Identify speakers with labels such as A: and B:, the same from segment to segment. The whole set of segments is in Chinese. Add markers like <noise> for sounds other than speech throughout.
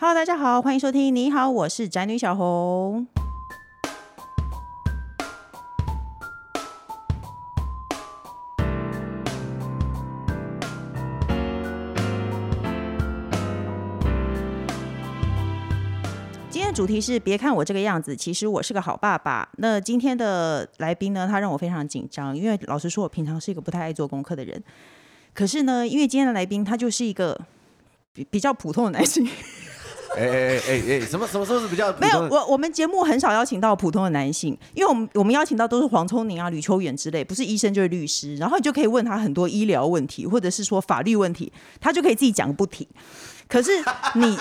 A: Hello，大家好，欢迎收听。你好，我是宅女小红。今天的主题是：别看我这个样子，其实我是个好爸爸。那今天的来宾呢，他让我非常紧张，因为老实说，我平常是一个不太爱做功课的人。可是呢，因为今天的来宾他就是一个比比较普通的男性，
B: 哎哎哎哎，什么什么时候是比较普
A: 没有，
B: 通的？
A: 我我们节目很少邀请到普通的男性，因为我们我们邀请到都是黄聪宁啊、吕秋远之类，不是医生就是律师，然后你就可以问他很多医疗问题，或者是说法律问题，他就可以自己讲个不停。可是你，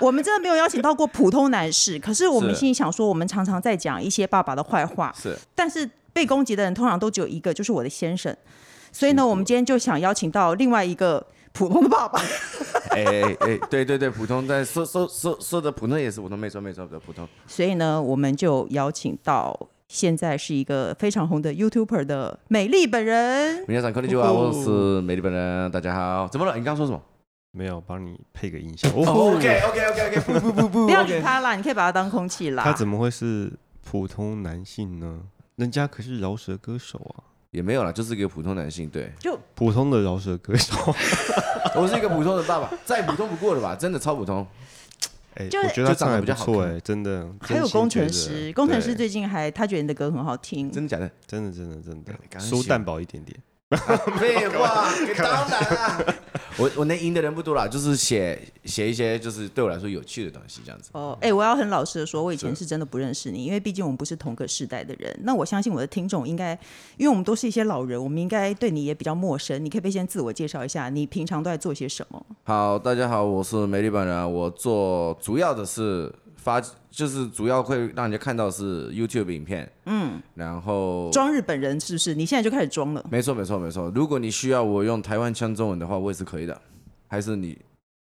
A: 我们真的没有邀请到过普通男士，可是我们
B: 是
A: 心里想说，我们常常在讲一些爸爸的坏话，
B: 是
A: 但是被攻击的人通常都只有一个，就是我的先生。所以呢，我们今天就想邀请到另外一个普通的爸爸。
B: 哎哎哎，对对对，普通，但说说说说的普通也是普通，没错没错，比较普通。
A: 所以呢，我们就邀请到现在是一个非常红的 YouTuber 的美丽本人。
B: 皆さんこんにちは，我是美丽本人，大家好。怎么了？你刚刚说什么
C: 没有帮你配个音效。哦
B: ？OK OK OK OK，不不不不
A: 不要理他啦，你可以把他当空气啦。
C: 他怎么会是普通男性呢？人家可是饶舌歌手啊，
B: 也没有啦，就是一个普通男性。对，
C: 普通的饶舌歌
B: <laughs>
C: 手。
B: 我是一个普通的爸爸，再普通不过了吧？ <laughs> 真的超普通。
C: 哎、
A: 就是
C: 我觉得他
B: 就长
C: 唱
B: 得
C: 还
B: 比
C: 不
B: 较好
C: 错
B: 看
C: 哎、真的。
A: 还有
C: 真心
A: 工程
C: 觉得
A: 师，工程师
C: 对
A: 最近还他觉得你的歌很好听。
B: 真的假的？
C: 真的真的真的
B: 刚
C: 收
B: 喜
C: 蛋薄一点点。
B: 废话，当然啦。我我能赢的人不多啦，就是写写一些就是对我来说有趣的东西，这样子。
A: 哦，哎、我要很老实的说，我以前是真的不认识你，因为毕竟我们不是同个世代的人。那我相信我的听众应该，因为我们都是一些老人，我们应该对你也比较陌生。你可不可以先自我介绍一下，你平常都在做些什么？
B: 好，大家好，我是美丽本人，我做主要的是发，就是主要会让人家看到是 YouTube 影片，嗯，然后
A: 装日本人是不是？你现在就开始装了？
B: 没错没错没错，如果你需要我用台湾腔中文的话，我也是可以的，还是你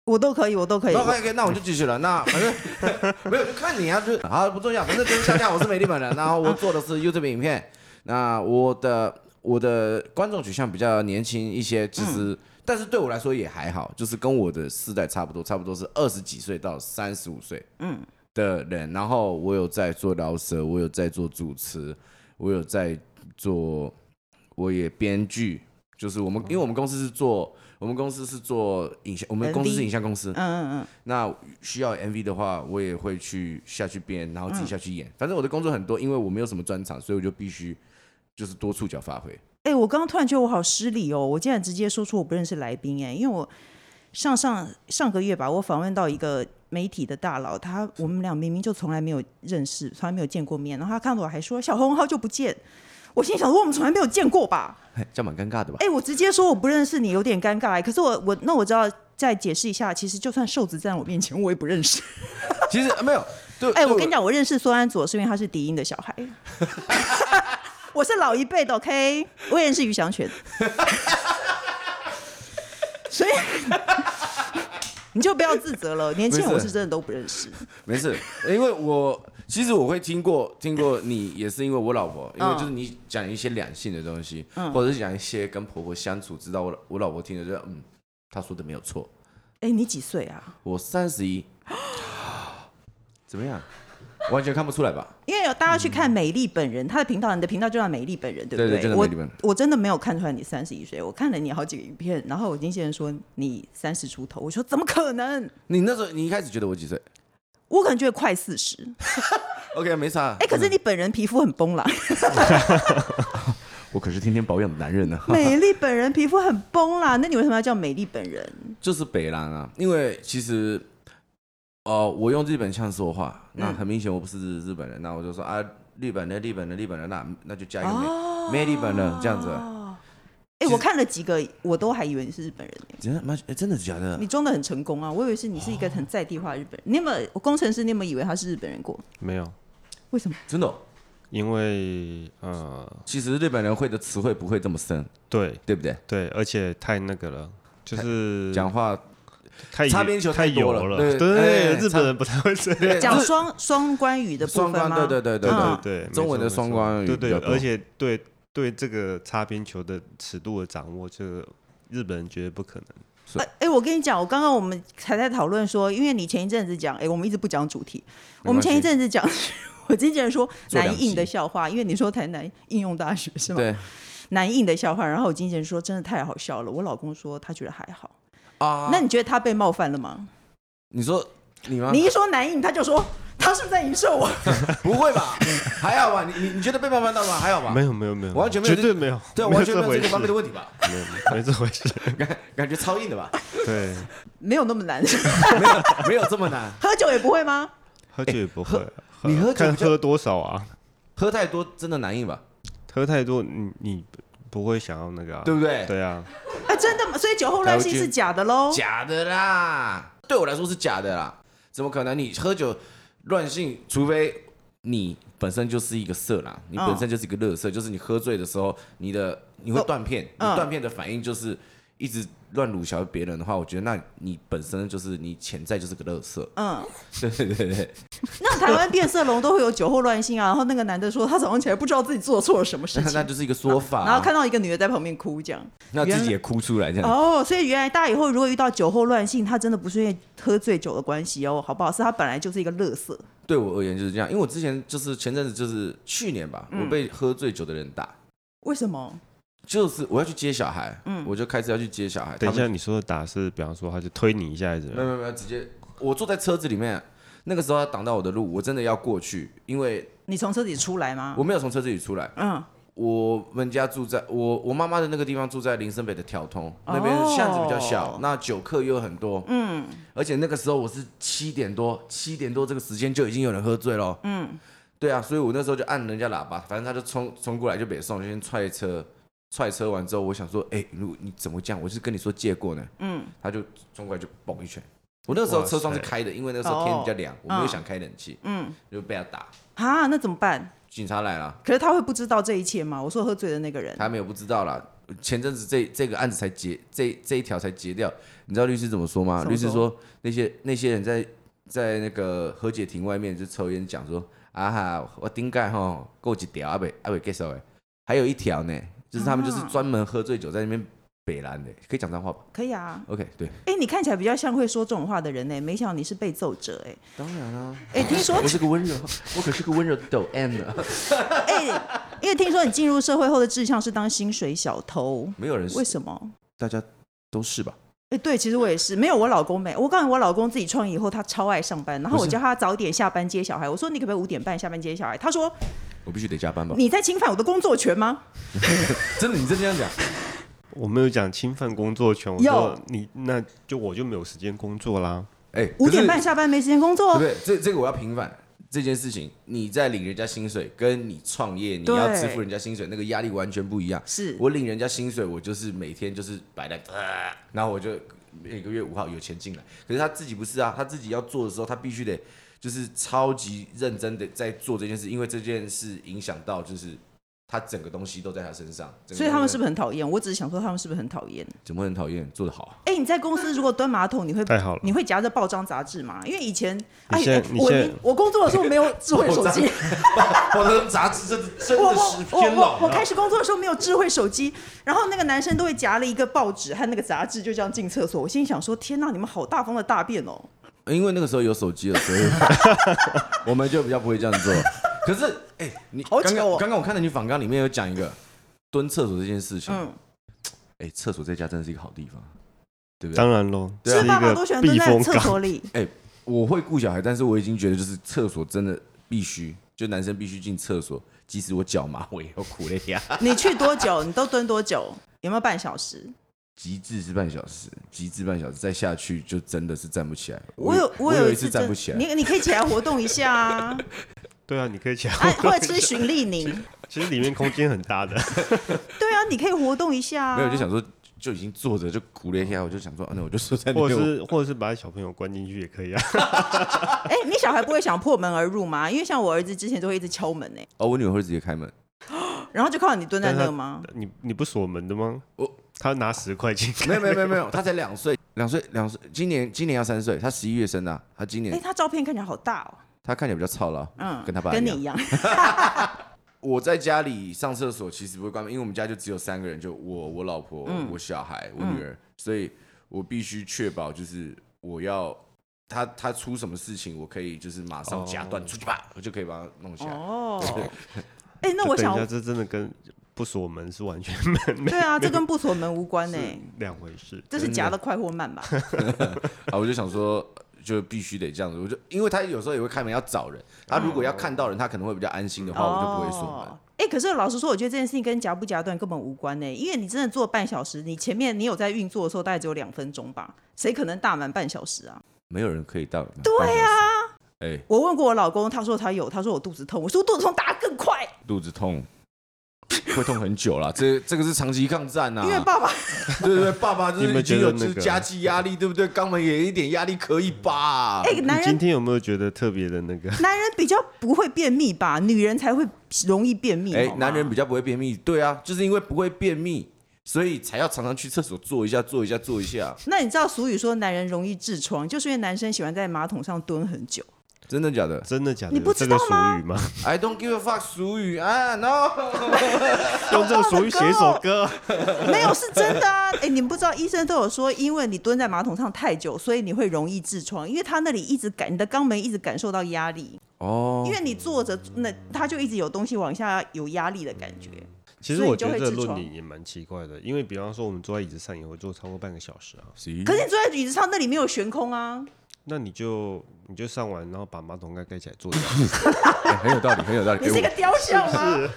A: 我都可以，我都可以。
B: 那 OK，那我就继续了。那反正没有，就看你啊，就好不重要。反正就是大家，我是美丽本人，然后我做的是 YouTube 影片。那我的我的观众取向比较年轻一些，其
A: 嗯
B: 实、但是对我来说也还好，就是跟我的世代差不多，差不多是二十几岁到三十五岁，嗯的人。然后我有在做饶舌，我有在做主持，我有在做，我也编剧。就是我
A: 哦
B: 们，因为我们公司是做，我们公司是做影像，我们公司
A: MV
B: 是影像公司，
A: 嗯嗯嗯，
B: 那需要 MV 的话，我也会去下去编，然后自
A: 嗯
B: 己下去演。反正我的工作很多，因为我没有什么专长，所以我就必须就是多触角发挥。
A: 哎、我刚刚突然觉得我好失礼哦，我竟然直接说出我不认识来宾哎、因为我上上上个月吧，我访问到一个媒体的大佬，他我们俩明明就从来没有认识，从来没有见过面，然后他看到我还说小红好久不见，我心想说我们从来没有见过吧，
B: 嘿这样蛮尴尬的吧？
A: 哎、我直接说我不认识你有点尴尬、哎，可是我我那我知道。再解释一下，其实就算瘦子站在我面前，我也不认识。
B: 其实呃没有，对，
A: <laughs> 哎、
B: 对
A: 我跟你，
B: <laughs>
A: 讲，我认识苏安佐是因为他是迪音的小孩， <laughs> 我是老一辈的，OK，我也认识于祥全， <laughs> 所以 <laughs> 你就不要自责了。年轻人
B: 没事
A: 我是真的都不认识，
B: 没
A: <laughs>
B: 事，因为我其实我会听过听过你，也是因为我老婆，
A: 嗯
B: 因为就是你讲一些两性的东西，或者是讲一些跟婆婆相处之道，我老我老婆听着就嗯，她说的没有错。
A: 哎、你几岁啊？
B: 我三十一，怎么样？完全看不出来吧？
A: 因为有大家去看美丽本人，她的频道，你的频道就叫美丽本人，对不
B: 嗯对对真的美丽本人
A: 我我真的没有看出来你三十一岁，我看了你好几个影片，然后我经纪人说你三十出头，我说怎么可能？
B: 你那时候你一开始觉得我几岁？
A: 我可能觉得快四十，
B: OK，没啊嗯啥。
A: 哎、可是你本人皮肤很崩啦。
B: 我可是天天保养的男人呢、
A: 美丽本人皮肤很崩啦，那你为什么要叫美丽本人？
B: 就是北兰啊，因为其实，哦、我用日本腔说话，那很明显我不是日日本人，那我就说啊，日本的日本的日本的，那那就加一个哎
A: 啊
B: 美、
A: 哦
B: 美日本人这样子。
A: 哎、
B: 其实
A: 我看了几个，我都还以为你是日本人、欸，
B: 真的吗？诶真的假的
A: 你？装的很成功啊！我以为是你是一个很在地化的日本人。你有没有我工程师？你有没有以为他是日本人过？
C: 没有，
A: 为什么？
B: 真的哦、
C: 因为呃，
B: 其实日本人会的词汇不会这么深，
C: 对
B: 对不对？
C: 对，而且太那个了，就是
B: 讲话
C: 太
B: 擦
C: 油
B: 边球
C: 太
B: 太多
C: 油
B: 了
C: 了。
B: 对哎
C: 对，日
B: 擦
C: 本人不太会这样。
B: 对
A: 讲
B: 日
A: 双双关语的部
B: 双
A: 分
B: 关，
A: 吗？
B: 对对对对对，
A: 嗯
C: 对，
B: 中文的
C: 没错
B: 双
C: 没错
B: 关语
C: 对
B: 比
C: 对
B: 较，多
C: 而且对对这个擦边球的尺度的掌握，这个日本人绝对不可能。
A: 呃，哎、我跟你讲，我刚刚我们才在讨论说，因为你前一阵子讲，哎、我们一直不讲主题，我们
B: 没关系
A: 前一阵子讲， <laughs> 我经纪人说
B: 做两
A: 南印的
B: 集
A: 笑话，因为你说台南应用大学是吗？
B: 对
A: 南印的笑话，然后我经纪人说真的太好笑了，我老公说他觉得还好。
B: 啊，
A: 那你觉得他被冒犯了吗？
B: 你说你吗？
A: 你一说南印，他就说他是不是在影射我？ <laughs>
B: 不会吧？还好吧？你你你觉得被冒犯到吗？还好吧？
C: 没有没有没有，
B: 完全没有
C: 绝
B: 这
C: 对没有，
B: 对，
C: 没有
B: 完全
C: 这
B: 没有
C: 回
B: 这
C: 事
B: 个，方面的问题吧？
C: 没有没这回事，
B: <laughs> 感觉超硬的吧？
C: 对，
A: 没有那么难， <laughs>
B: 没有没有这么难，
A: 喝酒也不会吗？
C: 喝酒也不会啊，
B: 你哎喝酒
C: 看
B: 比较
C: 喝多少啊，
B: 喝太多真的难硬吧？
C: 喝太多你你不会想要那个啊，
B: 对不对？
C: 对啊，
A: 啊，真的吗？所以酒后乱性是假的喽？
B: 假的啦，对我来说是假的啦，怎么可能？你喝酒乱性，除非你本身就是一个色狼，你
A: 嗯
B: 本身就是一个乐色，就是你喝醉的时候，你的你会断片，你
A: 嗯
B: 断片的反应就是一直乱辱小别人的话，我觉得那你本身就是你潜在就是个
A: <laughs>
B: 乐色，
A: 嗯，
B: 对对对对，
A: 那台湾变色龙都会有酒后乱性啊。然后那个男的说他早上起来不知道自己做错了什么事
B: 那 <laughs> 那
A: 情，
B: 就是一个说法、啊
A: 然后看到一个女的在旁边哭
B: <laughs>
A: 这样。
B: 那自己也哭出来这样，
A: 哦，所以原来大家以后如果遇到酒后乱性，他真的不是因为喝醉酒的关系哦，好不好？是他本来就是一个乐色。
B: 对我而言就是这样，因为我之前就是前阵子就是去年吧，
A: 嗯
B: 我被喝醉酒的人打。
A: 为什么？
B: 就是我要去接小孩，
A: 嗯
B: 我就开始要去接小孩。
C: 等一
B: 他
C: 下
B: 们
C: 你说的打是，比方说他就推你一下子，
B: 没有没有没有，直接我坐在车子里面，那个时候他挡到我的路，我真的要过去，因为
A: 你从车底出来吗
B: 我？没有从车子里出来。
A: 嗯，
B: 我们家住在我我妈妈的那个地方，住在林森北的挑通那边
A: 哦
B: 巷子比较小，那酒客又很多，嗯，而且那个时候我是七点多，七点多这个时间就已经有人喝醉了，嗯，对啊，所以我那时候就按人家喇叭，反正他就冲冲过来就北送，就先踹车，踹车完之后，我想说，哎、如你怎么会这样？我是跟你说借过呢，嗯，他就冲过来就嘣一拳，我那时候车窗是
C: 哇塞
B: 开的，因为那时候天比较凉，我没有
A: 嗯
B: 想开冷气，
A: 嗯，
B: 就被他打，
A: 哈，那怎么办？
B: 警察来了。
A: 可是他会不知道这一切吗？我说喝醉的那个人，
B: 他没有不知道啦。前阵子这这个案子才结，这这一条才结掉。你知道律师怎么说吗？
A: 怎
B: 律
A: 么
B: 师
A: 说
B: 说那些那些人在在那个和解庭外面就抽烟讲说啊哈，我顶盖吼够几条阿北阿北 get 手哎，还有一条呢，就是他们就是
A: 啊
B: 专门喝醉酒在那边北兰的，可以讲脏话吧
A: 可以啊。
B: ？OK，对，
A: 哎、你看起来比较像会说这种话的人呢、没想到你是被揍者哎、
B: 当然啦、
A: 哎、听
B: <laughs>
A: 说
B: 我是个温柔，我可是个温柔的抖 M 啊，
A: 哎、因为听说你进入社会后的志向是当薪水小偷，
B: 没有人
A: 为
B: 是，
A: 什么？
B: 大家都是吧？
A: 哎、对，其实我也是，没有我老公没，我告诉你，我老公自己创业以后，他超爱上班，然后
B: 不
A: 我
B: 是
A: 叫他早点下班接小孩，我说你可不可以五点半下班接小孩？他说
B: 我必须得加班吧？
A: 你在侵犯我的工作权吗？
B: 真的，你真的这样讲？
C: 我没有讲侵犯工作权，我
A: 有
C: 说你那就我就没有时间工作啦。
B: 哎、
A: 五
B: 可是
A: 点半下班没时间工作
B: 对不，对？这这个我要平反这件事情，你在领人家薪水，跟你创业你
A: 对
B: 要支付人家薪水，那个压力完全不一样。
A: 是
B: 我领人家薪水，我就是每天就是摆在，呃然后我就每个月五号有钱进来。可是他自己不是啊，他自己要做的时候，他必须得就是超级认真的在做这件事，因为这件事影响到就是他整个东西都在他身上。整个
A: 所以他们是不
B: 东
A: 是
B: 西
A: 很讨厌？我只是想说他们是不是很讨厌？
B: 怎么会很讨厌做得好？
A: 哎、你在公司如果蹲马桶，你会
C: 太好了
A: 你会夹着报章杂志吗？因为以前，哎，
C: 你现在
A: 哎
C: 你
A: 我
C: 现在
A: 连我工作的时候没有智慧手机，
B: 我的杂志真的真
A: 我
B: 的
A: 我
B: 是
A: 我
B: 偏
A: 我
B: 老
A: 我
B: 了
A: 开始工作的时候没有智慧手机，然后那个男生都会夹了一个报纸和那个杂志，就这样进厕所。我心里想说：天呐，你们好大方的大便哦！
B: 因为那个时候有手机了，
A: <laughs>
B: 所以我们就比较不会这样做。可是，哎、你
A: 好
B: 刚
A: 久
B: 刚
A: 哦
B: 刚刚我看到你访纲里面有讲一个蹲厕所这件事情，哎、哎
A: 嗯，
B: 厕所这家真的是一个好地方，对不对？
C: 当然喽，
B: 对啊
C: 是
A: 是
C: 一
A: 爸爸
C: 个
A: 都喜欢
C: 避
A: 蹲在
C: 风
A: 厕
C: 港。
A: 所里。
B: 我会顾小孩，但是我已经觉得就是厕所真的必须，就男生必须进厕所，即使我脚麻，我也要哭了呀。
A: 你去多久？你都蹲多久？有没有半小时？
B: 极致是半小时，极致半小时，再下去就真的是站不起来。
A: 我有
B: 我
A: 有
B: 一次
A: 次
B: 站
A: 真
B: 不起来，
A: 你你可以起来活动一下啊，
C: 对啊，你可以讲。
A: 哎，或者吃循利宁。
C: 其实里面空间很大的，
A: 对啊，你可以活动一下啊。
B: 没有就想说就已经坐着就哭了一下，我就想说，啊那我就坐在那
C: 或者
B: 边。
C: 是或者是把小朋友关进去也可以啊。
A: 哎、你小孩不会想破门而入吗？因为像我儿子之前就会一直敲门哎、
B: 哦，我女儿会直接开门。
A: 然后就看到你蹲在
C: 但是
A: 那
C: 他
A: 吗？
C: 你你不锁门的吗？
B: 我
C: 他拿十块钱，
B: <laughs> 没有没有没有没有，她才两岁，两岁两岁，今年今年要三岁，她十一月生的、啊，她今
A: 哎、
B: 年
A: 他照片看起来好大哦。
B: 她看起来比较操劳，
A: 嗯，
B: 跟她爸一
A: 跟你
B: 样
A: 一样。
B: 我在家里上厕
A: 嗯
B: 所其实不会关门，因为我们家就只有三个人，就我我老婆、我小孩我女儿，所以我必须确保就是我要他他出什么事情，我可以就是马上夹断出去吧，我就可以把它弄 <laughs> 起来。
A: 哦，哎，那
C: 就
A: 我
C: 等
A: 想
C: 一下，，这真的跟不锁门是完全没
A: 对啊，这跟不锁门无关呢，
C: 两回事。
A: 这是夹的快或慢吧？
B: 啊，我就想说，就必须得这样子。我就因为他有时候也会开门要找人，他如果要看到人，他可能会比较安心的话，我就不会锁门
A: 嗯哦。哎、可是老实说，我觉得这件事情跟夹不夹断根本无关呢、因为你真的做半小时，你前面你有在运作的时候，大概只有两分钟吧，谁可能大满半小时啊？
B: 没有人可以到。对呀、哎，
A: 我问过我老公，他说他有，他说我肚子痛，我说肚子痛打得更快，
B: 肚子痛。会痛很久啦，这这个是长期抗战呐、
A: 因为爸爸
B: 对对对，爸爸就
C: 你
B: 是
C: 们
B: 已经
C: 觉
B: 有
C: 得
B: 就是
C: 那个
B: 加气压力，对不对？肛门也一点压力可以
A: <laughs>
B: 吧？
A: 哎、男
C: 你今
A: 人
C: 天有没有觉得特别的那个？
A: 男人比较不会便秘吧，女人才会容易便秘。
B: 哎、
A: 好吗
B: 男人比较不会便秘，对啊，就是因为不会便秘，所以才要常常去厕所坐一下，坐一下，坐一下。
A: 那你知道俗语说男人容易痔疮，就是因为男生喜欢在马桶上蹲很久。
B: 真的假的
C: 真的假的？
A: 你不
C: 有这
A: 知
C: 个
A: 道
C: 俗
A: 吗
C: 语吗？
B: ？I don't give a fuck 俗语啊，no。
C: 用这个俗语写一首歌，
A: 没有，是真的啊！ <laughs> 哎、你们不知道，医生都有说，因为你蹲在马桶上太久，所以你会容易痔疮，因为他那里一直感，你的肛门一直感受到压力，
B: 哦
A: 因为你坐着，那他就一直有东西往下有压力的感觉。
C: 其实
A: 所以
C: 我
A: 就
C: 觉得
A: 会
C: 这个
A: 痔
C: 论
A: 疮
C: 点也蛮奇怪的，因为比方说我们坐在椅子上也会坐超过半个小时啊，
B: 嗯
A: 可是你坐在椅子上，那里没有悬空啊，
C: 那你就你就上完，然后把马桶盖盖起来坐着，
B: 哎很有道理，很有道理。
A: 你是一个雕像吗？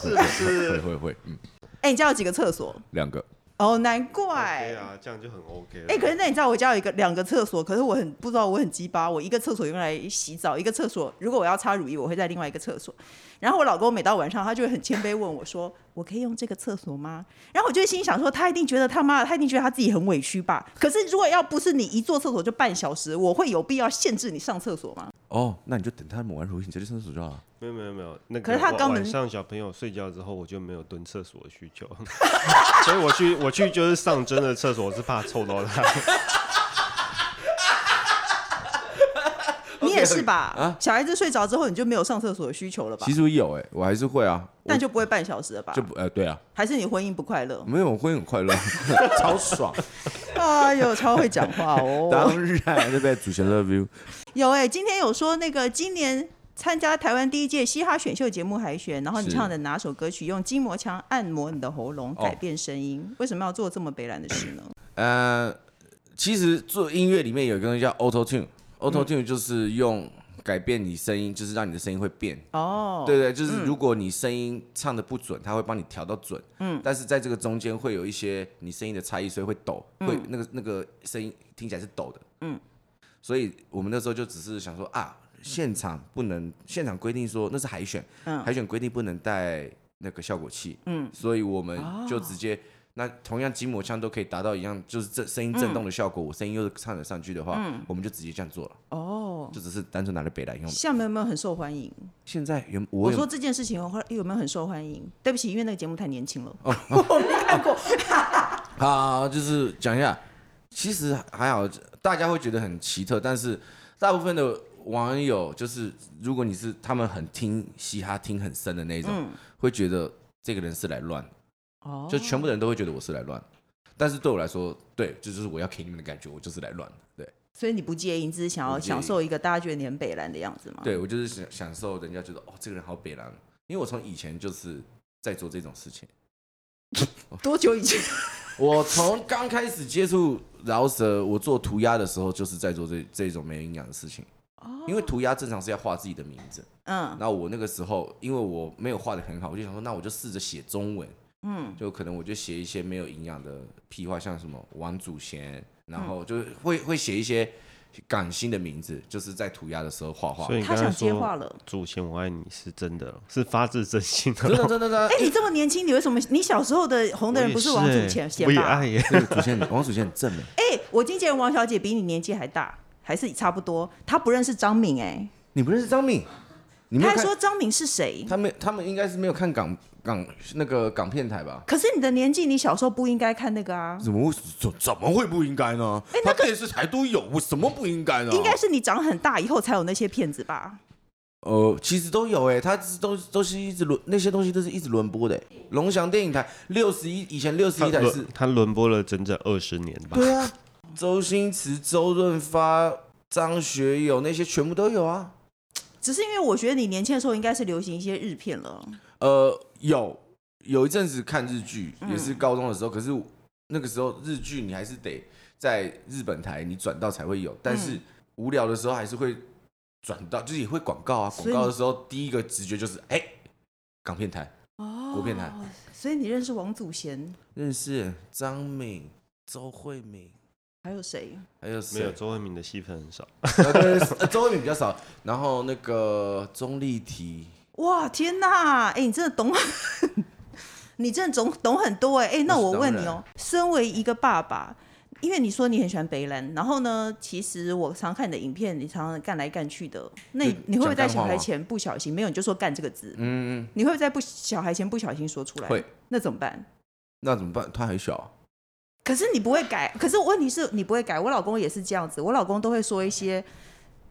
C: 是不是？
B: 会会会，嗯，
A: 哎、你家有几个厕所？
B: 两个。
A: 哦，难怪。
C: 对啊，这样就很 OK 了。
A: 哎、可是那你知道我家有一个两个厕所，可是我很不知道，我很鸡巴，我一个厕所用来洗澡，一个厕所如果我要擦乳液，我会在另外一个厕所。然后我老公每到晚上，他就会很谦卑问我说：“我可以用这个厕所吗？”然后我就心里想说，他一定觉得他妈的，他一定觉得他自己很委屈吧。可是如果要不是你一坐厕所就半小时，我会有必要限制你上厕所吗？
B: 哦，那你就等他抹完乳液，你直接上厕所就好了。
C: 没有没有没有，那个
A: 可是他
C: 晚
A: 肛门
C: 晚上小朋友睡觉之后，我就没有蹲厕所的需求， <laughs> 所以我去我去就是上真的厕所，我是怕臭到
A: <laughs>
C: 他。
A: 你也是吧？小孩子睡着之后，你就没有上厕所的需求了吧
B: 啊其？实我有哎、我还是会啊，我
A: 但就不会半小时了吧
B: 就？不呃对啊，
A: 还是你婚姻不快乐？ <laughs>
B: 没有我会很快乐， <laughs> 超爽，
A: 哎呦，超会讲话哦！
B: <laughs> 当然对不对？主持人 love you，
A: 有哎、今天有说那个今年参加台湾第一届嘻哈选秀节目海选，然后你
B: 是
A: 唱的哪首歌曲用筋膜枪按摩你的喉咙，
B: 哦
A: 改变声音？为什么要做这么北兰的事呢？
B: 呃，其实做音乐里面有一个东西叫 auto tune，auto tune 就是用改变你声音，就是让你的声音会变。
A: 哦，
B: 对对，就是如果你声音唱的不准，它会帮你调到准。嗯，但是在这个中间会有一些你声音的差异，所以会抖，会那个那个声音听起来是抖的。嗯，所以我们那时候就只是想说啊，现场不能，现场规定说那是海选，
A: 嗯
B: 海选规定不能带那个效果器。嗯，所以我们就直接。那同样筋膜枪都可以达到一样，就是这声音震动的效果，我声音又唱得上去的话，我们就直接这样做了，
A: 哦，
B: 就只是单纯拿来北来用的。
A: 厦门有没有很受欢迎？
B: 现在原
A: 我
B: 我有
A: 说这件事情会有没有很受欢迎？对不起，因为那个节目太年轻了，
B: 哦
A: <laughs> 我没看
B: <laughs>
A: 过。
B: 好，就是讲一下，其实还好，大家会觉得很奇特，但是大部分的网友就是，如果你是他们很听嘻哈听很深的那一种，会觉得这个人是来乱，
A: 哦，
B: 就全部的人都会觉得我是来乱。但是对我来说，对，这就是我要给你们的感觉，我就是来乱的。对，
A: 所以你不介意，你只是想要
B: 不介意
A: 享受一个大家觉得你很北兰的样子吗？，
B: 对我就是享享受人家觉得哦，这个人好北狼，因为我从以前就是在做这种事情。
A: 多久以前？
B: 我从刚开始接触饶舌，我做涂鸦的时候，就是在做这这种没营养的事情。因
A: 哦
B: 为涂鸦正常是要画自己的名字，
A: 嗯
B: 那我那个时候因为我没有画的很好，我就想说，那我就试着写中文，
A: 嗯，
B: 就可能我就写一些没有营养的屁话，像什么王祖贤，
A: 嗯
B: 然后就是会会写一些感性的名字，就是在涂鸦的时候画画
C: 所。以你
A: 他
C: 刚才
A: 想接话
C: 说
A: 了。
C: 祖先我爱你是真的，是发自真心的
B: 真。
A: <laughs>
B: 的真的真的
A: 哎、，你这么年轻，你为什么？你小时候的红的人不是王祖贤贤吧？
C: 我也
B: 啊 <laughs>
C: 爱耶。
B: 那个祖先王祖贤很正的，
A: 哎、我经纪人王小姐比你年纪还大，还是差不多。她不认识张敏、
B: 你不认识张敏？你
A: 哎，
B: 没
A: 她还
B: 有看
A: 说张敏是谁？
B: 他们他们应该是没有看港港那个港片台吧？
A: 可是你的年纪，你小时候不应该看那个啊，
B: 怎么会怎怎么会不应该呢？
A: 哎
B: 他电视台都有，我什么不应该呢？
A: 应该是你长很大以后才有那些片子吧？
B: 呃，其实都有哎、它都都是一直轮那些东西都是一直轮播的、欸。龙翔电影台六十一以前六十
C: 他
B: 一台是
C: 轮，他轮播了整整二十年吧？
B: 对啊，周星驰、周润发、张学友那些全部都有啊。
A: 只是因为我觉得你年轻的时候应该是流行一些日片了，
B: 呃，有有一阵子看日剧，也
A: 嗯
B: 是高中的时候，可是那个时候日剧你还是得在日本台你转到才会有，
A: 嗯
B: 但是无聊的时候还是会转到，就是也会广告啊，
A: 所以
B: 广
A: 你
B: 告的时候第一个直觉就是哎、港片台
A: 哦
B: 国片台
A: 所以你认识王祖贤，
B: 认识张敏、周慧敏，
A: 还有谁？
B: 还有 <laughs>
C: 没有
B: 谁？
C: 周慧敏的戏份很少，
B: 呃对呃 <laughs> 周慧敏比较少，然后那个钟丽缇。
A: 哇，天哪！哎、你真的懂很， <laughs> 你真的懂懂很多哎、哎、那
B: 那是
A: 我问
B: 当
A: 你
B: 然
A: 哦、身为一个爸爸，因为你说你很喜欢北兰，然后呢，其实我常看你的影片，你常常干来干去的，那你
B: 就
A: 你会不会在
B: 讲干
A: 小
B: 话
A: 孩
B: 吗
A: 前不小心？没有，你就说“干”这个字，
B: 嗯，
A: 你会不会在不小孩前不小心说出来？
B: 会，
A: 那怎么办？
B: 那怎么办？他还小啊、
A: 可是你不会改，可是问题是你不会改。我老公也是这样子，我老公都会说一些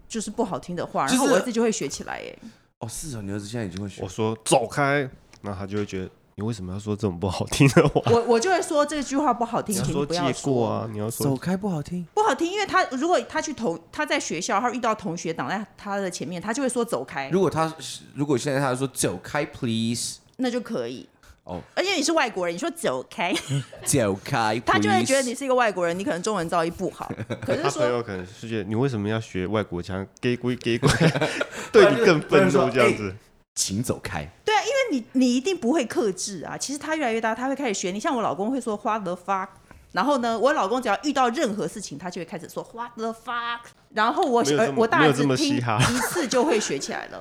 A: 就是不好听的话，然后
B: 就是
A: 我儿子就会学起来。哎，
B: 哦，是啊，你儿子现在已经会学
C: 我。说走开，那他就会觉得你为什么要说这种不好听的话？
A: 我我就会说这句话不好听，
C: 你要
A: 请
C: 说
A: 你不要
C: 借过啊，你要说
B: 开不好听，
A: 不好听，因为他如果他去同他在学校，他遇到同学挡在他的前面，他就会说走开，
B: 如果他如果现在他说走开，please，
A: 那就可以。
B: 哦，
A: 而且你是外国人，你说走
C: <laughs>
A: 开，
B: 走开，
A: 他就会
B: please
A: 觉得你是一个外国人，你可能中文造诣不
C: <laughs>
A: 好。可是
C: 他朋
A: 说，
C: 友可能是觉得你为什么要学外国腔，gay 归 gay 归，
A: <laughs>
C: <laughs> 对你更愤怒这样子。
B: 请走开。
A: 对啊，因为你你一定不会克制啊。其实他越来越大，他会开始学你。像我老公会说花的发，然后呢，我老公只要遇到任何事情，他就会开始说花的发。然后我
C: 没有这
A: 呃
C: 么
A: 我大儿子
C: 没有这么
A: 听
C: 嘻哈
A: 一次就会学起来了。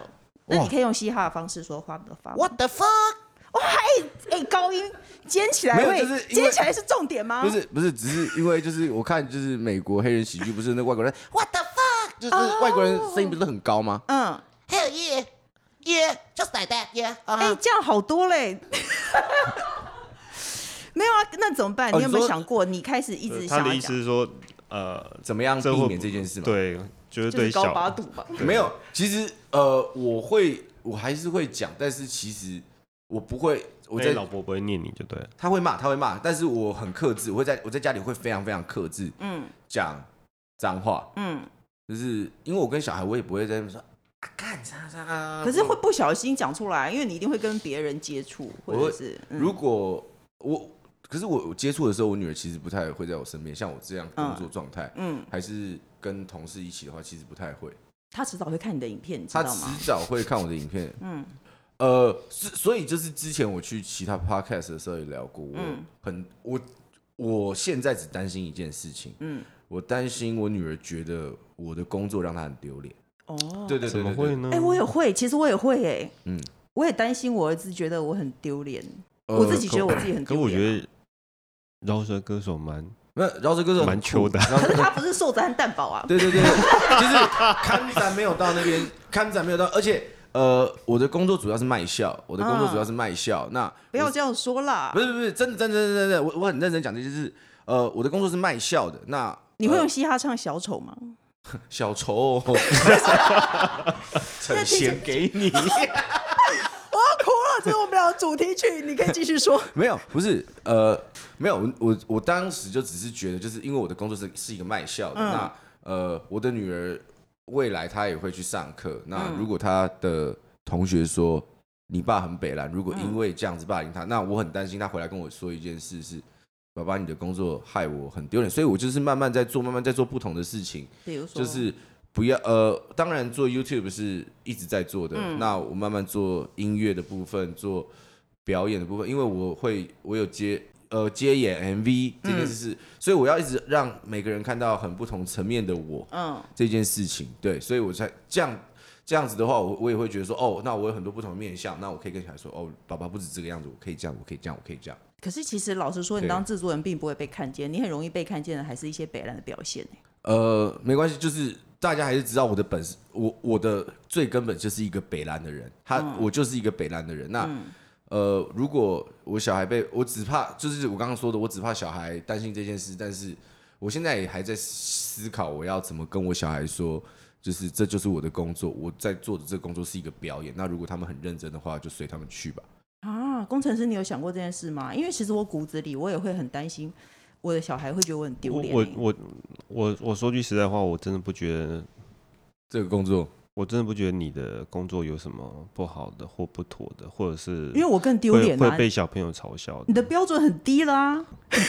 A: 那
B: 哇
A: 你可以用嘻哈的方式说花的发。
B: What the fuck？
A: 哎、高音尖起来
B: 没有
A: 会、
B: 就是因为
A: 尖起来是重点吗？
B: 不是不是，只是因为就是我看就是美国黑人喜剧，不是那外国人 What the fuck？就是
A: 哦
B: 外国人声音不是都很高吗？
A: 嗯，
D: Hell yeah. Yeah, just like that, yeah.
A: 哎、
D: Uh-huh.
A: 这样好多
B: <laughs>
A: 嘞。没有啊，那怎么办？
B: 哦
A: 你有没有
B: 你说
A: 想过，你开始一直
C: 他
A: 想
C: 的
A: 要
C: 意思
A: 讲，
C: 是说，呃，
B: 怎么样
C: 这
B: 避
C: 会
B: 免这件事嘛？，
C: 对，就是
A: 就
C: 对
A: 是高八
C: 小
A: 度吧？
B: 没有，其实呃，我会我还是会讲，但是其实我不会，我
C: 我
B: 在
C: 老婆不会念你就对了。
B: 他会骂，他会骂，但是我很克制，我会在我在家里会非常非常克制
A: 嗯
B: 讲脏话，
A: 嗯，
B: 就是因为我跟小孩，我也不会在那边说啊干啥啥啊。
A: 可是会不小心讲出来，因为你一定会跟别人接触，或
B: 我
A: 者
B: 会
A: 是、嗯、
B: 如果我，可是我我接触的时候，我女儿其实不太会在我身边，像我这样工作状态，
A: 嗯，
B: 还是跟同事一起的话，其实不太会。
A: 他迟早会看你的影片，你知
B: 她
A: 道
B: 迟
A: 吗？
B: 早会看我的影片。
A: 嗯
B: 呃，是所以就是之前我去其他 podcast 的时候也聊过，我
A: 嗯
B: 很我我现在只担心一件事情，
A: 嗯，
B: 我担心我女儿觉得我的工作让她很丢脸。
A: 哦，
B: 对对
C: 怎
B: 对
C: 么
B: 对
C: 会
B: 对，
C: 呢？
A: 哎、我也会，其实我也会、哎，
B: 嗯，
A: 我也担心我儿子觉得我很丢脸，
B: 呃
A: 我自己觉得我自己很
C: 可
A: 丢
C: 我
A: 脸啊。
C: 觉得饶舌歌手蛮
B: 那饶舌歌手很
C: 蛮
B: 酷
C: 秋的
B: 饶
A: 啊
B: 舌
A: 可是他不是瘦子和蛋堡啊，
B: 对对对，就是看展没有到那边，看展没有到，而且呃，我的工作主要是卖笑，我的工作主要是卖笑。那
A: 不要这样说啦
B: 不。是不是真的真的真的真的，我我很认真讲这件事。呃，我的工作是卖笑的，那
A: 你会
B: 呃
A: 用嘻哈唱小丑吗？
B: 小 <laughs> 丑呈现给你，
A: 我要哭了，这是我们俩的主题曲，你可以继续说。
B: 没有不是呃没有我我我当时就只是觉得，就是因为我的工作是是一个卖笑的，那呃我的女儿未来她也会去上课，那如果她的同学说你爸很北蓝，如果因为这样子霸凌她，那我很担心她回来跟我说一件事是。爸爸，你的工作害我很丢脸，所以我就是慢慢在做，慢慢在做不同的事情。
A: <laughs> 比如说，
B: 就是不要呃，当然做 YouTube 是一直在做的，
A: 嗯
B: 那我慢慢做音乐的部分，做表演的部分，因为我会我有接呃接演 MV 这件事
A: 嗯
B: 是，所以我要一直让每个人看到很不同层面的我
A: 嗯，
B: 这件事情，对，所以我才这样。这样子的话，我我也会觉得说，哦，那我有很多不同的面相，那我可以跟小孩说，哦，爸爸不止这个样子，我可以这样，我可以这样，我可以这样。
A: 可是其实老实说，你
B: 对
A: 当制作人并不会被看见，你很容易被看见的还是一些北兰的表现、欸、
B: 呃，没关系，就是大家还是知道我的本事，我我的最根本就是一个北兰的人，他、我就是一个北兰的人。那、呃，如果我小孩被我只怕，就是我刚刚说的，我只怕小孩担心这件事，但是我现在也还在思考我要怎么跟我小孩说，就是这就是我的工作，我在做的这个工作是一个表演。那如果他们很认真的话，就随他们去吧。
A: 啊，工程师，你有想过这件事吗？因为其实我骨子里我也会很担心我的小孩会觉得我很丢
C: 我
A: 脸
C: 我
A: 欸。
C: 我我我说句实在话，我真的不觉得，
B: 这个工作
C: 我真的不觉得你的工作有什么不好的或不妥的，或者是
A: 因为我更丢
C: 会
A: 脸啊
C: 会！被小朋友嘲笑
A: 你
C: 的。
A: 的标准很低啦。 <laughs>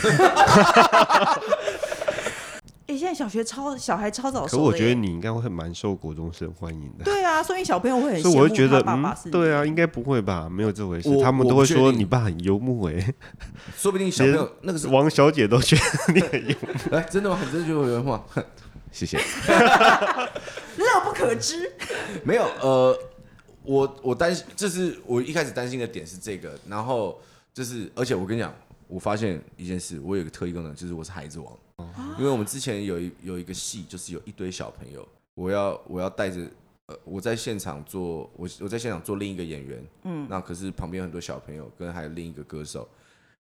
A: 哎、现在小学超小孩超早熟
C: 可
A: 的
C: 我觉
A: 耶
C: 得你应该会蛮受国中生欢迎的。
A: 对啊，所以小朋友会很
C: 所以我
A: 羡
C: 会觉
A: 慕
C: 得
A: 他，爸爸是
C: 嗯，
A: 你
C: 对啊，应该不会吧？没有这回事，
B: 我
C: 他们
B: 我
C: 都
B: 不
C: 会
B: 确
C: 说
B: 定
C: 你爸很幽默哎，
B: 说不定小朋友那个是
C: 王小姐都觉得你很幽默。
B: 哎， <laughs> 真的吗？很真的觉得我有人话， <laughs> 谢谢。
A: 乐不可支。
B: 没有，呃，我我担心，就是我一开始担心的点是这个，然后就是，而且我跟你讲，我发现一件事，我有一个特异功能，就是我是孩子王，因为我们之前有一有一个戏，就是有一堆小朋友，我要我要带着。呃，我在现场做，我我在现场做另一个演员，嗯，那可是旁边有很多小朋友跟还有另一个歌手，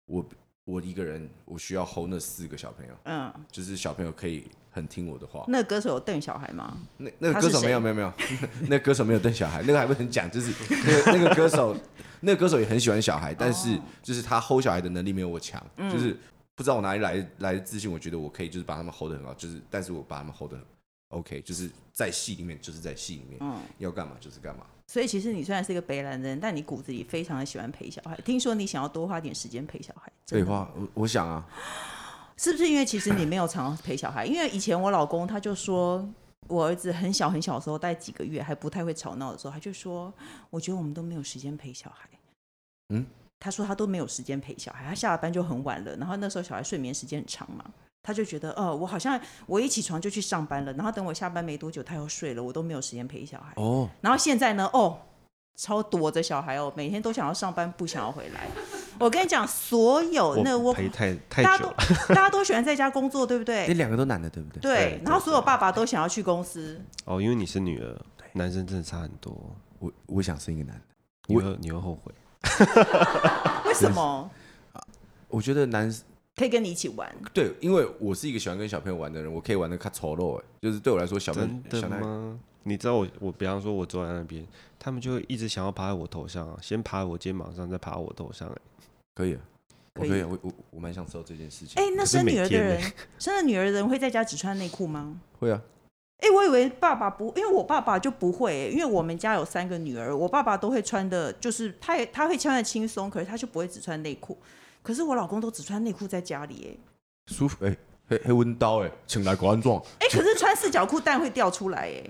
B: 我我一个人我需要 hold 那四个小朋友，
A: 嗯，
B: 就是小朋友可以很听我的话，
A: 那个歌手有瞪小孩吗？
B: 那那个
A: 他
B: 歌
A: 是
B: 手没
A: 谁
B: 有没有没有， <laughs> 那个歌手没有瞪小孩，那个还不能讲，就是那个那个歌手，那个歌手也很喜欢小孩，但是
A: 哦
B: 就是他 hold 小孩的能力没有我强，
A: 嗯
B: 就是不知道我哪里来来的自信，我觉得我可以就是把他们 hold 得很好，就是但是我把他们 hold 得很 OK，就是在戏里面就是在戏里面、
A: 嗯，
B: 要干嘛就是干嘛，
A: 所以其实你虽然是一个北兰人，但你骨子里非常的喜欢陪小孩。听说你想要多花点时间陪小孩，真
B: 废
A: 的
B: 话，我我想啊，
A: 是不是因为其实你没有常陪小孩？因为以前我老公他就说，我儿子很小很小的时候，大概几个月还不太会吵闹的时候，他就说，我觉得我们都没有时间陪小孩。
B: 嗯，
A: 他说他都没有时间陪小孩，他下了班就很晚了，然后那时候小孩睡眠时间很长嘛。他就觉得，哦，我好像我一起床就去上班了，然后等我下班没多久他又睡了，我都没有时间陪小孩。
B: 哦，
A: 然后现在呢，哦，超躲着小孩哦，每天都想要上班，不想要回
C: <laughs>
A: 来。我跟你讲，所有哦那我
C: 陪太太
A: 大家
C: 久了，
A: 都 <laughs> 大家都喜欢在家工作，对不
B: 这
C: <laughs>
A: 对？
B: 两个都男的对不对？
A: 哎对
C: 对，
A: 然后
C: 对
A: 所有爸爸都想要去公司，
C: 哦，因为你是女儿，男生真的差很多，
B: 我我想生一个男的，
C: 你
B: 我
C: 会你会后悔。
A: 为什么？
B: 我觉得男
A: 可以跟你一起玩，
B: 对，因为我是一个喜欢跟小朋友玩的人，我可以玩的卡丑陋，哎，就是对我来说小朋
C: 真
B: 友小
C: 的
B: 男孩
C: 吗？你知道我，我比方说，我坐在那边，他们就会一直想要爬在我头上啊，先爬我肩膀上，再爬我头上、欸。
B: 可以啊，我
A: 可以
B: 可以啊，我我我蛮享受这件事情。
A: 哎，那
C: 可是
A: 生
C: 每
A: 女儿的
C: 天呢
A: 人，生了女儿的人会在家只穿内裤吗？
B: 会啊，
A: 哎，我以为爸爸不，因为我爸爸就不会欸、因为我们家有三个女儿，我爸爸都会穿的，就是他也他会穿的轻松，可是他就不会只穿内裤。可是我老公都只穿内裤在家里、
B: 舒服哎，黑黑温刀哎，请来国安状。
A: 哎，哎，可是穿四角裤蛋会掉出来、哎，